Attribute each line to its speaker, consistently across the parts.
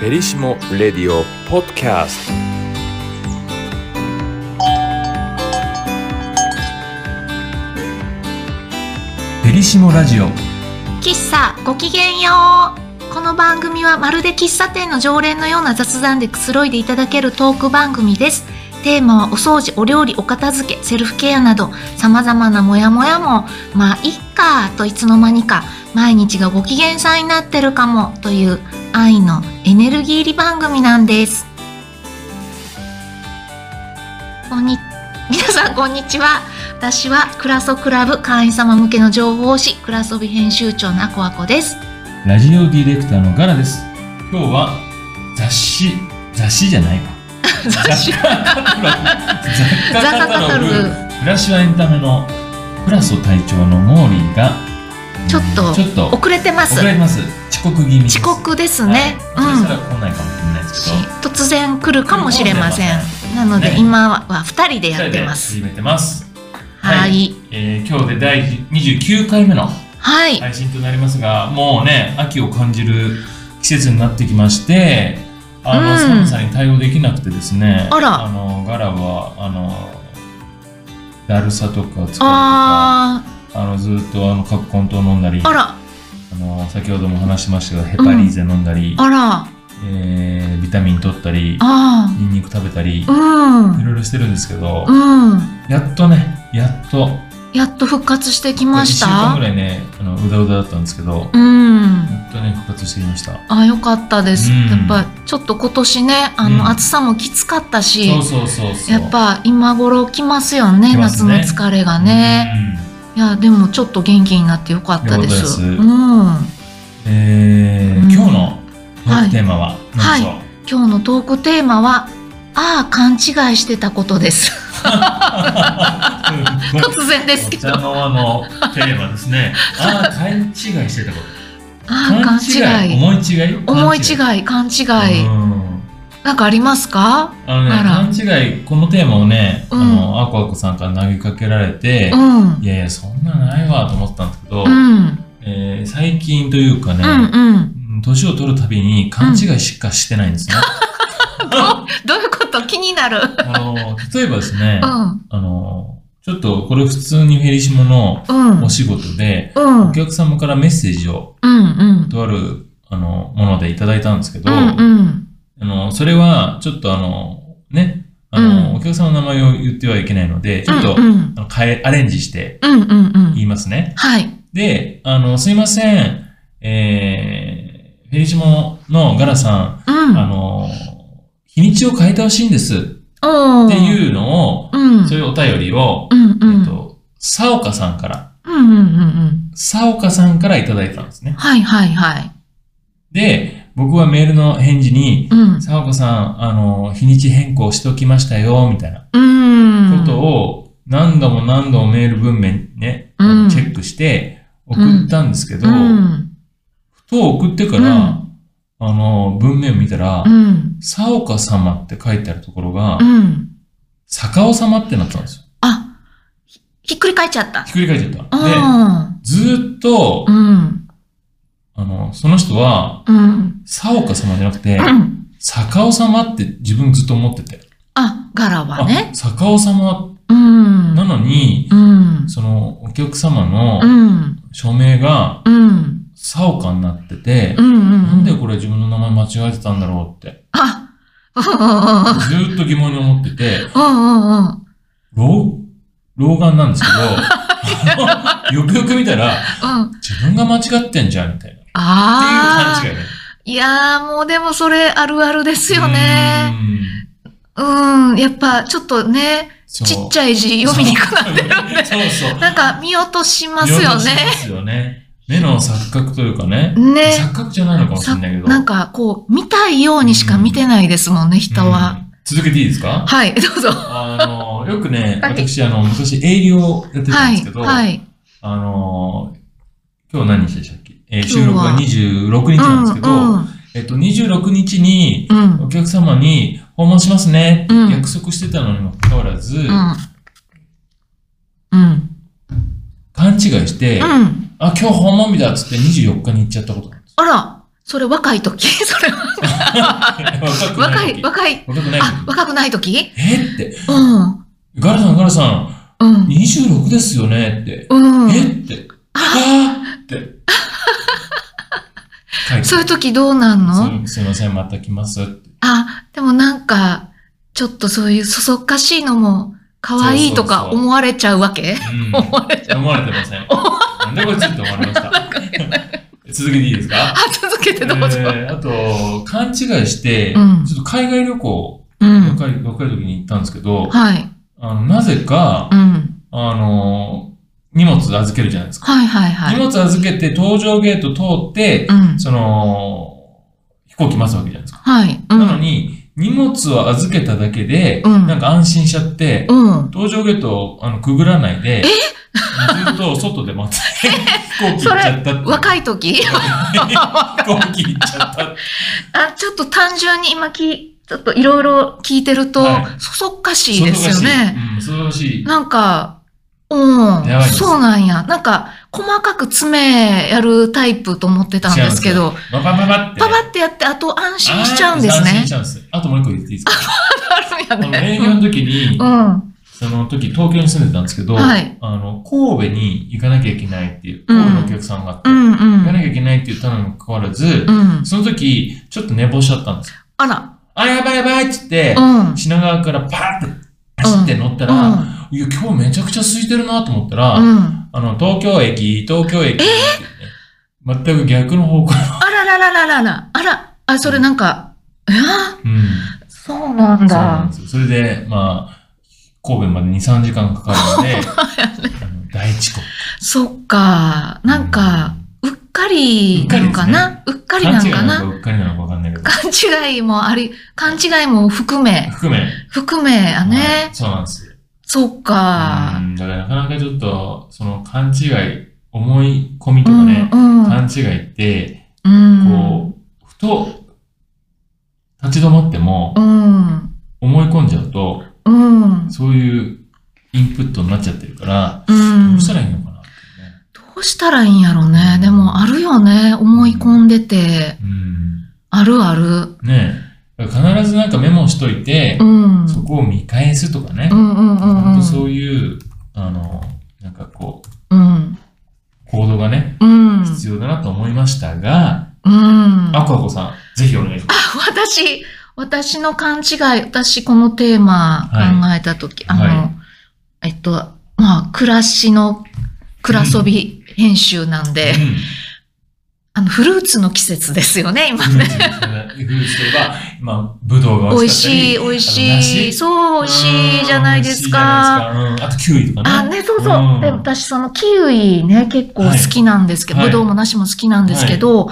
Speaker 1: フェリシモ・レディオ・ポッドキャスト
Speaker 2: ベリシモラジオ
Speaker 3: 喫茶ごきげんようこの番組はまるで喫茶店の常連のような雑談でくつろいでいただけるトーク番組ですテーマはお掃除お料理お片付けセルフケアなどさまざまなモヤモヤもまあいっかといつの間にか毎日がご機嫌さんになってるかもという愛のエネルギー入り番組なんですこんに皆さんこんにちは私はクラソクラブ会員様向けの情報誌クラソビ編集長のあこあこです
Speaker 2: ラジオディレクターのガラです今日は雑誌雑誌じゃないわ雑誌雑貨カタログ
Speaker 3: 雑貨カタログ
Speaker 2: フラッシュエンタメのプラソ隊長のモーリーが
Speaker 3: ちょっと
Speaker 2: ちょっと
Speaker 3: 遅れてます
Speaker 2: 遅れてます遅刻気味です
Speaker 3: 遅刻ですね、
Speaker 2: はい、
Speaker 3: う
Speaker 2: そ
Speaker 3: ん
Speaker 2: したら来ないかもしれないです
Speaker 3: し
Speaker 2: けど
Speaker 3: 突然来るかもしれません
Speaker 2: かも
Speaker 3: なので
Speaker 2: ね
Speaker 3: 今は2人でやってます、
Speaker 2: 始めてます
Speaker 3: は
Speaker 2: はいえー、今日で第29回目の
Speaker 3: はい、
Speaker 2: 配信となりますがもうね秋を感じる季節になってきましてあの、
Speaker 3: うん
Speaker 2: 寒さに対応できなくてですね
Speaker 3: あら
Speaker 2: のガラはあのだるさとか疲れとかあ
Speaker 3: あ
Speaker 2: のずっとあのカプコン糖飲んだり
Speaker 3: ーあら
Speaker 2: あの先ほども話しましたがヘパリーゼ飲んだり、
Speaker 3: あら
Speaker 2: えービタミン取ったり
Speaker 3: あ
Speaker 2: ニンニク食べたり
Speaker 3: ーうん
Speaker 2: いろいろしてるんですけど、
Speaker 3: うん
Speaker 2: やっとねやっと
Speaker 3: やっと復活してき
Speaker 2: 1
Speaker 3: まし
Speaker 2: 週間
Speaker 3: た
Speaker 2: ぐらいねあのうだうだだったんですけど、や
Speaker 3: うん
Speaker 2: っとね復活してきました。
Speaker 3: あよかったです、
Speaker 2: うん
Speaker 3: やっぱちょっと今年ねあの、
Speaker 2: うん
Speaker 3: 暑さもきつかったし
Speaker 2: そうそうそうそう
Speaker 3: やっぱ今頃来ますよね
Speaker 2: 来ます
Speaker 3: 夏
Speaker 2: ね
Speaker 3: の疲れがね、いやでもちょっと元気になってよかった
Speaker 2: よか
Speaker 3: です
Speaker 2: ったです
Speaker 3: うん、今
Speaker 2: うんえー
Speaker 3: うん
Speaker 2: 今日のトークテーマは
Speaker 3: はい
Speaker 2: 何でしょう、
Speaker 3: 日のトークテーマはああ勘違いしてたことです
Speaker 2: うん
Speaker 3: 突然ですけど
Speaker 2: お茶
Speaker 3: あ
Speaker 2: の輪のテーマです ねああ勘違いしてたこ
Speaker 3: あ
Speaker 2: と
Speaker 3: 勘違い
Speaker 2: 思い違い
Speaker 3: 思い
Speaker 2: い
Speaker 3: 違い勘違い、
Speaker 2: うん
Speaker 3: なんかありますか
Speaker 2: あのね
Speaker 3: あら
Speaker 2: 勘違いこのテーマをね、
Speaker 3: うん
Speaker 2: あのあこあこさんから投げかけられて
Speaker 3: う、ん
Speaker 2: いやいやそんなのないわと思ってたんですけど、
Speaker 3: うん
Speaker 2: えー最近というかね、
Speaker 3: うんうん
Speaker 2: うん年を取るたびに勘違いしかしてないんですね、
Speaker 3: どういうこと気になる
Speaker 2: あの例えばですね、
Speaker 3: うん
Speaker 2: あの、ちょっとこれ普通にフェリシモの
Speaker 3: うん
Speaker 2: お仕事で、
Speaker 3: うん
Speaker 2: お客様からメッセージを
Speaker 3: うんうん
Speaker 2: とあるあのものでいただいたんですけど、
Speaker 3: うんうん
Speaker 2: あのそれはちょっとあの、ね、あの、
Speaker 3: うん
Speaker 2: お客様の名前を言ってはいけないので、ちょっと、
Speaker 3: うんうん
Speaker 2: あの変え、アレンジして
Speaker 3: うんうんうん
Speaker 2: 言いますね。
Speaker 3: はい
Speaker 2: で、あの、すいません、えー、フェリシモのガラさ、
Speaker 3: うんん
Speaker 2: あの、日にちを変えてほしいんですっ
Speaker 3: おー
Speaker 2: ていうのを、
Speaker 3: うん
Speaker 2: そういうお便りを、
Speaker 3: うんうん
Speaker 2: えっと、さおかさんから、
Speaker 3: うんうんうんうん
Speaker 2: さおかさんからいただいたんですね。
Speaker 3: はいはいはい
Speaker 2: で、僕はメールの返事に、
Speaker 3: うん
Speaker 2: さおかさん、あの、日にち変更しておきましたよ、みたいな
Speaker 3: うん
Speaker 2: ことを、何度も何度もメール文面ね、あ
Speaker 3: う
Speaker 2: の
Speaker 3: ん
Speaker 2: チェックして送ったんですけど、
Speaker 3: うん
Speaker 2: ふと送ってか
Speaker 3: う
Speaker 2: ら
Speaker 3: ん、
Speaker 2: あの、文面を見たら
Speaker 3: う、ん
Speaker 2: さおか様って書いてあるところが
Speaker 3: う、ん
Speaker 2: 坂尾様ってなったんですよ。
Speaker 3: あひひっくり返っちゃった
Speaker 2: ひっくり返っちゃった。で、
Speaker 3: うん
Speaker 2: ずーっと
Speaker 3: う、ん
Speaker 2: あの、その人は、
Speaker 3: うん
Speaker 2: さおか様じゃなくて
Speaker 3: う、ん
Speaker 2: 坂尾様って自分ずっと思ってて。
Speaker 3: あ柄は
Speaker 2: あ、
Speaker 3: ね
Speaker 2: 坂尾様
Speaker 3: うん
Speaker 2: なのに、
Speaker 3: うん
Speaker 2: そのお客様
Speaker 3: う
Speaker 2: の
Speaker 3: ん
Speaker 2: 署名が
Speaker 3: うん
Speaker 2: サオカになってて
Speaker 3: う、んうん
Speaker 2: なんでこれ自分の名前間違えてたんだろうって、
Speaker 3: あうん
Speaker 2: ずーっと疑問に思ってて、
Speaker 3: うんうんうん
Speaker 2: 老、老眼なんですけど、 よくよく見たら、
Speaker 3: うん
Speaker 2: 自分が間違ってんじゃんみたいな。
Speaker 3: ああ
Speaker 2: っていう勘違いね。
Speaker 3: いやー、もうでもそれあるあるですよね。
Speaker 2: うん。
Speaker 3: うん、やっぱちょっとね、
Speaker 2: そう
Speaker 3: ちっちゃい字読みにくくなってるんで、
Speaker 2: そうそう。
Speaker 3: なんか見落としますよ
Speaker 2: 見落としま
Speaker 3: ね。
Speaker 2: すよね。目の錯覚というかね。
Speaker 3: ね。
Speaker 2: 錯覚じゃないのかもしれ
Speaker 3: さ
Speaker 2: ないけど。
Speaker 3: なんかこう、見たいようにしか見てないですもんね、人は。
Speaker 2: うん続けていいですか
Speaker 3: はい、どうぞ。
Speaker 2: あの、よくね、
Speaker 3: はい
Speaker 2: 私、あの、昔営業をやってたん
Speaker 3: は
Speaker 2: で
Speaker 3: い
Speaker 2: すけ、ど、
Speaker 3: はい。
Speaker 2: あの、今日何日でしたっけ、えー
Speaker 3: 今日
Speaker 2: 収録
Speaker 3: は
Speaker 2: は26日
Speaker 3: う
Speaker 2: なん
Speaker 3: ん、
Speaker 2: です
Speaker 3: う
Speaker 2: けど、
Speaker 3: ん、
Speaker 2: えっと、26日に
Speaker 3: う
Speaker 2: お
Speaker 3: ん、
Speaker 2: 客様に訪問しますねって
Speaker 3: うん
Speaker 2: 約束してたのにもかかわらず、
Speaker 3: うん。うん、
Speaker 2: 勘違いして、
Speaker 3: うん。
Speaker 2: あ、今日訪問日だっつって24日に行っちゃったことなんです。
Speaker 3: あら、それ若い時 それは
Speaker 2: 若くな
Speaker 3: 若
Speaker 2: い
Speaker 3: い、
Speaker 2: 時。
Speaker 3: 若い。
Speaker 2: 若くない
Speaker 3: あ、若くない時
Speaker 2: 時。えって。
Speaker 3: うん。
Speaker 2: ガラさん、ガラさん、
Speaker 3: うん。
Speaker 2: 26ですよねって。
Speaker 3: うん。
Speaker 2: えって。あーって。書いて
Speaker 3: そういう時どうなんの
Speaker 2: すすいません、また来ますって。
Speaker 3: あ、でもなんか、ちょっとそういうそそっかしいのも、可愛いと
Speaker 2: そう
Speaker 3: か
Speaker 2: そうそう
Speaker 3: 思われちゃうわ け
Speaker 2: うん。
Speaker 3: 思われちゃう。
Speaker 2: 思われてません。なんでこいつって思われました。続けていいですか
Speaker 3: あ、続けてどうぞ。
Speaker 2: えーあと、勘違いして、
Speaker 3: うん
Speaker 2: ちょっと海外旅行、
Speaker 3: うん。
Speaker 2: 若い、若い時に行ったんですけど、
Speaker 3: はい。
Speaker 2: あの、なぜか
Speaker 3: う、ん。
Speaker 2: あの、荷物預けるじゃないですか。
Speaker 3: はいはいは
Speaker 2: 荷
Speaker 3: い。
Speaker 2: 物預けて、搭乗ゲート通って
Speaker 3: う、ん。
Speaker 2: その、飛行機待つわけじゃないですか。
Speaker 3: はい。う
Speaker 2: なの
Speaker 3: ん。
Speaker 2: に、荷物を預けただけで、
Speaker 3: うん
Speaker 2: なんか安心しちゃって、
Speaker 3: うん。
Speaker 2: 搭乗ゲートをあのくぐらないで、ずっと外で待 って、飛行機行っちゃったっていう。
Speaker 3: 若い時
Speaker 2: 飛行機行っちゃ ったっていう
Speaker 3: あ、ちょっと単純に今き、ちょっといろいろ聞いてると
Speaker 2: は、
Speaker 3: そそっかしいですよね。。
Speaker 2: 素晴らしい。
Speaker 3: なんか、うん
Speaker 2: やばいで、す
Speaker 3: そうなんや。なんか、細かく爪やるタイプと思ってたんですけど、
Speaker 2: ババババって。
Speaker 3: パパってやって、あと安心しちゃうんです
Speaker 2: 安心
Speaker 3: ね
Speaker 2: しち。ゃうんです。あともう一個言っていいですか
Speaker 3: あるんや
Speaker 2: あの、
Speaker 3: ね。
Speaker 2: 営業の時に
Speaker 3: う、ん。
Speaker 2: その時東京に住んでたんですけど、
Speaker 3: はい
Speaker 2: あの、神戸に行かなきゃいけないっていう、
Speaker 3: うん
Speaker 2: 神戸のお客さんがあって、
Speaker 3: う
Speaker 2: 行
Speaker 3: んう。
Speaker 2: かなんきゃいけないって言ったのにもかかわらず
Speaker 3: う、ん。
Speaker 2: その時、ちょっと寝坊しちゃったんですよ。
Speaker 3: あら。
Speaker 2: あ、やばいやばいって言って
Speaker 3: う、ん。
Speaker 2: 品川からパーって走って乗ったら、いや、今日めちゃくちゃ空いてるなと思ったら、
Speaker 3: うん。うん。
Speaker 2: あの、東京駅、東京駅って言ってね、全く逆の方向
Speaker 3: あらららららら。あら。あ、それなんか、えー
Speaker 2: うん。
Speaker 3: そうなん
Speaker 2: そうなん
Speaker 3: だ
Speaker 2: で。すよ。それで、まあ、神戸まで2、3時間かかるの で、あの大遅刻。
Speaker 3: そっか。なんか、うっかりなのかなうっか
Speaker 2: うん、
Speaker 3: りな
Speaker 2: 勘違
Speaker 3: の
Speaker 2: い
Speaker 3: か
Speaker 2: なの
Speaker 3: な
Speaker 2: かうっかりなのかわかんないけど、
Speaker 3: 勘違いもあり、勘違いも含め、
Speaker 2: 含め。
Speaker 3: 含めや
Speaker 2: は
Speaker 3: ね
Speaker 2: い。そうなんですよ。
Speaker 3: そっ
Speaker 2: う
Speaker 3: か。
Speaker 2: んだからなかなかちょっと、その勘違い、思い込みと
Speaker 3: う
Speaker 2: か
Speaker 3: ん
Speaker 2: ね、
Speaker 3: うん。
Speaker 2: 勘違いって、
Speaker 3: うん。
Speaker 2: こう、ふと、立ち止まっても
Speaker 3: う、ん。
Speaker 2: 思い込んじゃうと、
Speaker 3: うん。
Speaker 2: そういうインプットになっちゃってるから、
Speaker 3: うん
Speaker 2: どうしたらいいのかなっていうね。
Speaker 3: どうしたらいいんやろね。でもあるよね。思い込んでて。
Speaker 2: うん
Speaker 3: あるある。
Speaker 2: ねえ。必ずなんかメモしといて
Speaker 3: う、ん。うん
Speaker 2: そこを見返すとかね
Speaker 3: う。んうんうん。
Speaker 2: ほんとそういう、あの、なんかこう、
Speaker 3: うん。
Speaker 2: 行動がね、
Speaker 3: うん。
Speaker 2: 必要だなと思いましたが、
Speaker 3: うん。
Speaker 2: あこあこさん、ぜひお願いします。
Speaker 3: 私、私の勘違い、私このテーマ考えたとき、
Speaker 2: はい
Speaker 3: あの、
Speaker 2: は
Speaker 3: えっと、まあ、暮らしの、暮らそび編集なんで、
Speaker 2: うん
Speaker 3: あの、フルーツの季節ですよね、今
Speaker 2: フルー
Speaker 3: ね。
Speaker 2: ツですねフルーツといえば、今、ぶどうが
Speaker 3: 美
Speaker 2: 美
Speaker 3: 味
Speaker 2: 味し
Speaker 3: しい、
Speaker 2: あ
Speaker 3: 美味
Speaker 2: の
Speaker 3: しい。
Speaker 2: 梨
Speaker 3: そう、美味しいじゃないですか。
Speaker 2: か。うんあと、キウイとか
Speaker 3: あ、
Speaker 2: ね。
Speaker 3: ね、そうそう
Speaker 2: う。ん
Speaker 3: で、私、その、キウイね、結構好きなんですけど、
Speaker 2: はい
Speaker 3: ぶどうもなしも好きなんですけど、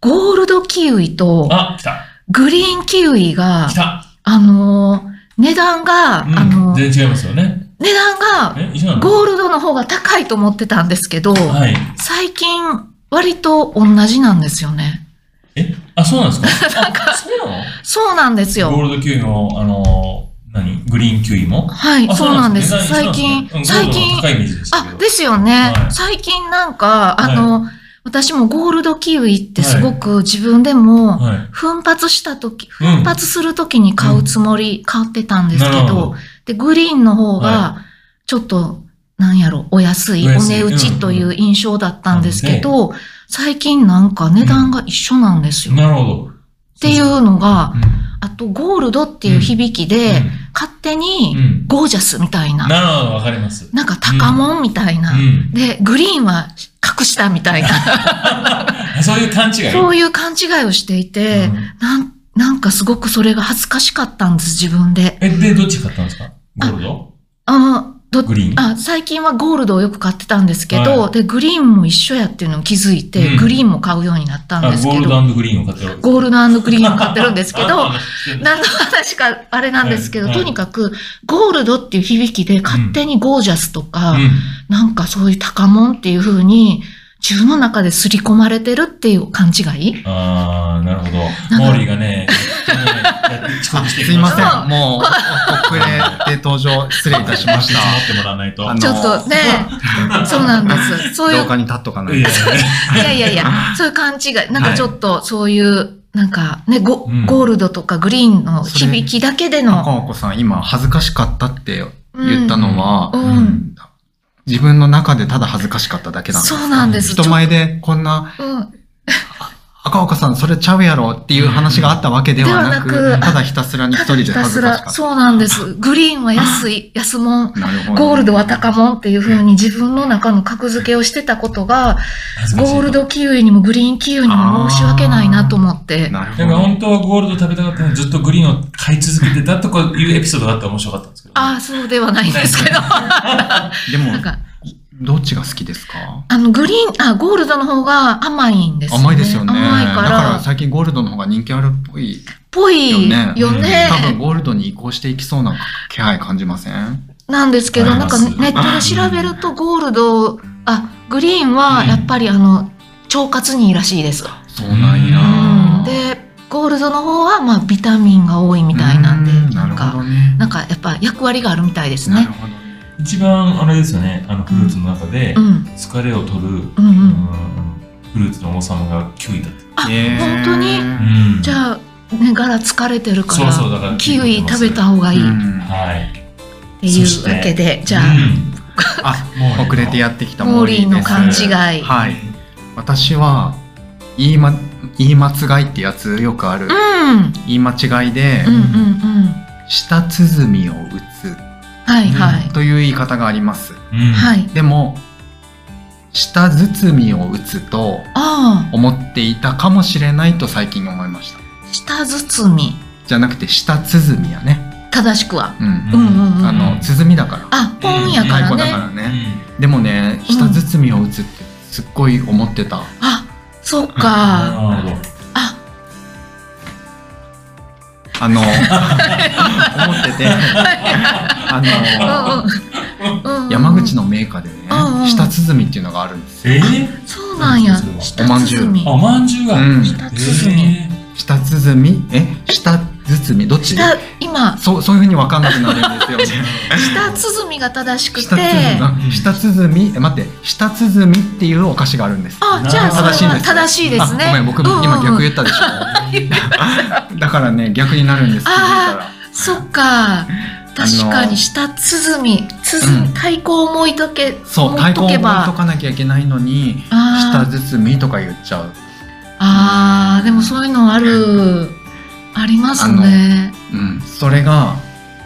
Speaker 3: ゴールドキウイと、
Speaker 2: あ、来た。
Speaker 3: グリーンキウイが
Speaker 2: 来、た。
Speaker 3: あのー、値段が、
Speaker 2: うん
Speaker 3: あのー、
Speaker 2: 全然違いますよね。
Speaker 3: 値段が、
Speaker 2: え、一緒なの
Speaker 3: ゴールドの方が高いと思ってたんですけど、
Speaker 2: はい。
Speaker 3: 最近、割と同じなんですよね。
Speaker 2: え、あ、そうなんです かあ、そうなの
Speaker 3: そうなんです
Speaker 2: ゴ
Speaker 3: よ。
Speaker 2: ールドキウイも、あのー、何グリーンキウイも
Speaker 3: はい、
Speaker 2: あ
Speaker 3: そうなんです。
Speaker 2: 値段一
Speaker 3: 最
Speaker 2: 緒なんですね
Speaker 3: 近
Speaker 2: うん、
Speaker 3: 最
Speaker 2: ゴールドの
Speaker 3: 近、
Speaker 2: 高いイメージでしたけ
Speaker 3: あ
Speaker 2: ど。、
Speaker 3: ですよね。
Speaker 2: はい
Speaker 3: 最近なんか、あの、私もゴールドキウイってすごく自分でも、
Speaker 2: は
Speaker 3: 奮発した
Speaker 2: う
Speaker 3: 時、
Speaker 2: ん
Speaker 3: 奮発する時に買うつもり、買ってたんですけ
Speaker 2: なるほ
Speaker 3: ど
Speaker 2: ど、
Speaker 3: で、グリーンの方が、ちょっと、なんやろ、お安い、
Speaker 2: お
Speaker 3: お
Speaker 2: 安い
Speaker 3: 値打ちという印象だったんですけ
Speaker 2: う
Speaker 3: ど、最近なんか値段が一緒なんです
Speaker 2: い。
Speaker 3: よ。っ
Speaker 2: なるほど。って
Speaker 3: いうのが
Speaker 2: う、ん。
Speaker 3: あと、ゴールドっていう響きで、勝手
Speaker 2: うんう
Speaker 3: に、
Speaker 2: ん。
Speaker 3: ゴージャスみたいな、
Speaker 2: なるほど、わかります。
Speaker 3: なんか高もんみたいな
Speaker 2: う、ん。
Speaker 3: で、グリーンは隠したみたいな、
Speaker 2: そういう勘違い。
Speaker 3: そういう勘違いをしていて、
Speaker 2: うん
Speaker 3: なん、なんかすごくそれが恥ずかしかったんです、自分で。
Speaker 2: え、で、どっち買ったんですかゴールド
Speaker 3: あど
Speaker 2: グリーン
Speaker 3: あ最近はゴールドをよく買ってたんですけど、
Speaker 2: は
Speaker 3: で、グリーンも一緒やっていうのを気づいて、
Speaker 2: うん
Speaker 3: グリーンも買うようになったんです
Speaker 2: ゴー
Speaker 3: け
Speaker 2: ル
Speaker 3: ど、
Speaker 2: ドグリーンを買ってるわけ
Speaker 3: ゴールドグリーンを買ってるんですけど、
Speaker 2: あしてんだ
Speaker 3: 何の話かあれなんですけど、
Speaker 2: はい
Speaker 3: とにかく、ゴールドっていう響きで勝手にゴージャスとか、
Speaker 2: うん
Speaker 3: なんかそういう高もんっていう風に、自分の中ですり込まれてるっていう勘違い
Speaker 2: あー、なるほど。
Speaker 3: んか
Speaker 2: モーリーがね、遅刻して
Speaker 4: すいませ
Speaker 2: ん。
Speaker 4: ん、もう遅れて登場、失礼いたしまし。
Speaker 2: 持ったてもらわないと。
Speaker 4: あ
Speaker 3: ちょっとね、そうなん です。そういう
Speaker 4: 廊下に立っとかないい
Speaker 2: や
Speaker 4: と。
Speaker 2: いやいや
Speaker 3: いやいやいや、そういう勘違い。なんかちょっと、そういう、なんかね、ゴ
Speaker 2: うん
Speaker 3: ゴールドとかグリーンの響きだけでの。
Speaker 4: 赤岡さん、今、恥ずかしかったって言ったのは
Speaker 3: う、
Speaker 2: うん
Speaker 3: ん。
Speaker 4: 自分の中でただ恥ずかしかっただけなんです。
Speaker 3: そうなんです。
Speaker 4: 人前でこんな、
Speaker 3: ちょうん。
Speaker 4: 赤岡さんそれちゃうやろっていう話があったわけではな
Speaker 3: では
Speaker 4: く、
Speaker 3: なく
Speaker 4: ただひたすらに一人で
Speaker 3: ひた
Speaker 4: 恥
Speaker 3: す
Speaker 4: ずかし
Speaker 3: ら、
Speaker 4: かっ
Speaker 3: そうなんです。グリーンは安 い、安もん。
Speaker 4: た。なるほど。
Speaker 3: ゴールドは高もんっていう風に自分の中の格付けをしてたことが、ゴール。ドキウイにもグリーンキウイにも申し訳ないなと思って。
Speaker 4: なる
Speaker 2: だ
Speaker 4: ほ
Speaker 2: から
Speaker 4: ど。
Speaker 2: 本当はゴールド食べたかったのにずっとグリーンを買い続けてたとかいうエピソードがあったら面白かったんですけど、
Speaker 3: ああ、そうではないんですけ ど。
Speaker 4: でも
Speaker 3: な、んか、
Speaker 4: どっちが好きですか
Speaker 3: あの、グリーン、あ、ゴールドの方が甘いんですよね。
Speaker 4: 甘いですよね。
Speaker 3: 甘いか
Speaker 4: だから
Speaker 3: ら、
Speaker 4: 最近ゴールドの方が人気あるっぽい。
Speaker 3: ぽい
Speaker 4: よ
Speaker 3: よね。
Speaker 4: 多分ゴールドに移行していきそうな気配感じません
Speaker 3: なんですけど、
Speaker 2: あり
Speaker 3: なん
Speaker 2: ま
Speaker 3: か
Speaker 2: す
Speaker 3: ネットで調べると、ゴールド、あ、グリーンは
Speaker 2: うん
Speaker 3: やっぱりあの、腸活にいいらしいです。
Speaker 4: そうなんや
Speaker 2: うん。
Speaker 3: で、ゴールドの方は、まあ、ビタミンが多いみたいなんで
Speaker 4: う、
Speaker 3: な
Speaker 4: な
Speaker 3: ん
Speaker 4: るほ
Speaker 3: か、
Speaker 4: どね。
Speaker 3: なんかやっぱ役割があるみたいです
Speaker 4: なる
Speaker 3: ね。
Speaker 4: ほどね。
Speaker 2: 一番あれですよね、あのフルーツの中で
Speaker 3: うん、
Speaker 2: 疲れを取る、
Speaker 3: うん、う。
Speaker 2: うんんフルーツの王様がキウイだって。
Speaker 3: あ、
Speaker 4: へー
Speaker 3: 本当に
Speaker 2: うん
Speaker 3: じゃあ、ね、柄疲れてるか
Speaker 2: そうそう
Speaker 3: ら、
Speaker 2: だから
Speaker 3: キウイ食べた方がいいっ
Speaker 4: うん
Speaker 2: はい。
Speaker 3: ていうわけで、じゃあ、
Speaker 2: あ、
Speaker 4: あ、
Speaker 2: もう
Speaker 4: 遅れてやってきた
Speaker 3: モ
Speaker 4: モ
Speaker 3: ー
Speaker 4: ー
Speaker 3: リ
Speaker 4: リ
Speaker 3: ー
Speaker 4: ー
Speaker 3: の
Speaker 4: です。
Speaker 3: 勘違い。
Speaker 4: はい。私は、言いま、言い間違いってやつよくある。
Speaker 3: うん。
Speaker 4: 言い間違いで
Speaker 3: う、んうんうん。
Speaker 4: 舌鼓を打つ
Speaker 3: はいはい。
Speaker 4: という言い方があります。
Speaker 2: うん
Speaker 3: はい。
Speaker 4: でも、舌包を打つと
Speaker 3: あ
Speaker 4: 思っていたかもしれないと最近思いました。
Speaker 3: あ、舌包み。
Speaker 4: じゃなくて舌鼓やね。
Speaker 3: 正しくは。
Speaker 4: うん。
Speaker 3: うんうんうん。
Speaker 4: あの、鼓だから。
Speaker 3: あ、本やから
Speaker 4: 太鼓だか
Speaker 3: ね。
Speaker 4: らね。でもね、舌包を打つってすっごい思ってた。
Speaker 3: あ、そっか。
Speaker 2: なるほど。
Speaker 3: あ、
Speaker 4: あの、思ってて、あ
Speaker 3: うんうんうん。
Speaker 4: の、山口のメーカーでね
Speaker 3: うんう、ん
Speaker 4: 舌鼓っていうのがあるんですよ。
Speaker 2: え
Speaker 3: そうなんや。舌
Speaker 4: おまんじゅう
Speaker 3: 包み
Speaker 2: ー、。あ、まんじゅうが。
Speaker 4: うん
Speaker 3: 舌包み。
Speaker 2: えー
Speaker 4: 舌鼓え舌包どっち
Speaker 3: 舌、今、
Speaker 4: そう、そういうふうにわかんなくなるん ですよ。
Speaker 3: 舌包みが正しく
Speaker 4: 舌
Speaker 3: て。
Speaker 4: 鼓、舌鼓、え、待って、舌鼓っていうお菓子があるんです。
Speaker 3: あ、じゃあ、それ
Speaker 4: 正しいんで
Speaker 3: は
Speaker 4: す。
Speaker 3: 正しいですね。
Speaker 4: あごめん、僕も
Speaker 3: う
Speaker 4: 今
Speaker 3: んうん
Speaker 4: 逆言ったでしょ。 だからね、逆になるんです。気づいたら
Speaker 3: そっか。確かに舌包み、包
Speaker 4: うん
Speaker 3: み、太鼓を思いとけ、
Speaker 4: そう、
Speaker 3: 持
Speaker 4: 太
Speaker 3: っと
Speaker 4: 鼓を置
Speaker 3: け
Speaker 4: いと
Speaker 3: ば。
Speaker 4: かなきゃいけないのに、舌
Speaker 3: あー
Speaker 4: 包とか言っちゃう。
Speaker 3: あー、でもそういうのある。ありますね。
Speaker 4: うん、それが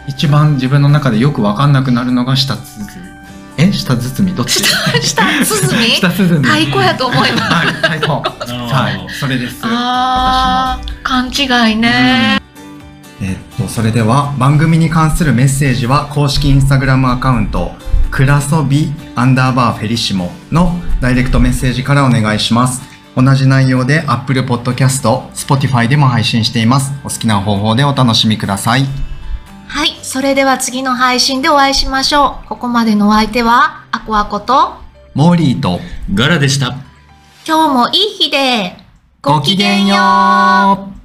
Speaker 4: 一番自分の中でよく分かんなくなるのが舌包みえ舌包みどっ ち
Speaker 3: 下、下、 鼓
Speaker 4: 舌包み
Speaker 3: 太鼓やと思います。
Speaker 4: はい太鼓
Speaker 2: なる
Speaker 4: は
Speaker 2: ほ
Speaker 4: いそれです
Speaker 3: あー、勘違いね。
Speaker 4: えっとそれでは番組に関するメッセージは公式インスタグラムアカウントくらそびアンダーバーフェリシモのダイレクトメッセージからお願いします同じ内容で Apple Podcast、Spotify でも配信していますお好きな方法でお楽しみください
Speaker 3: はい、それでは次の配信でお会いしましょう。ここまでのお相手は、アコアコと、
Speaker 4: モーリー
Speaker 2: ど。
Speaker 4: と
Speaker 2: ガラでした。
Speaker 3: 今日もいい日で、
Speaker 4: ごきげんよう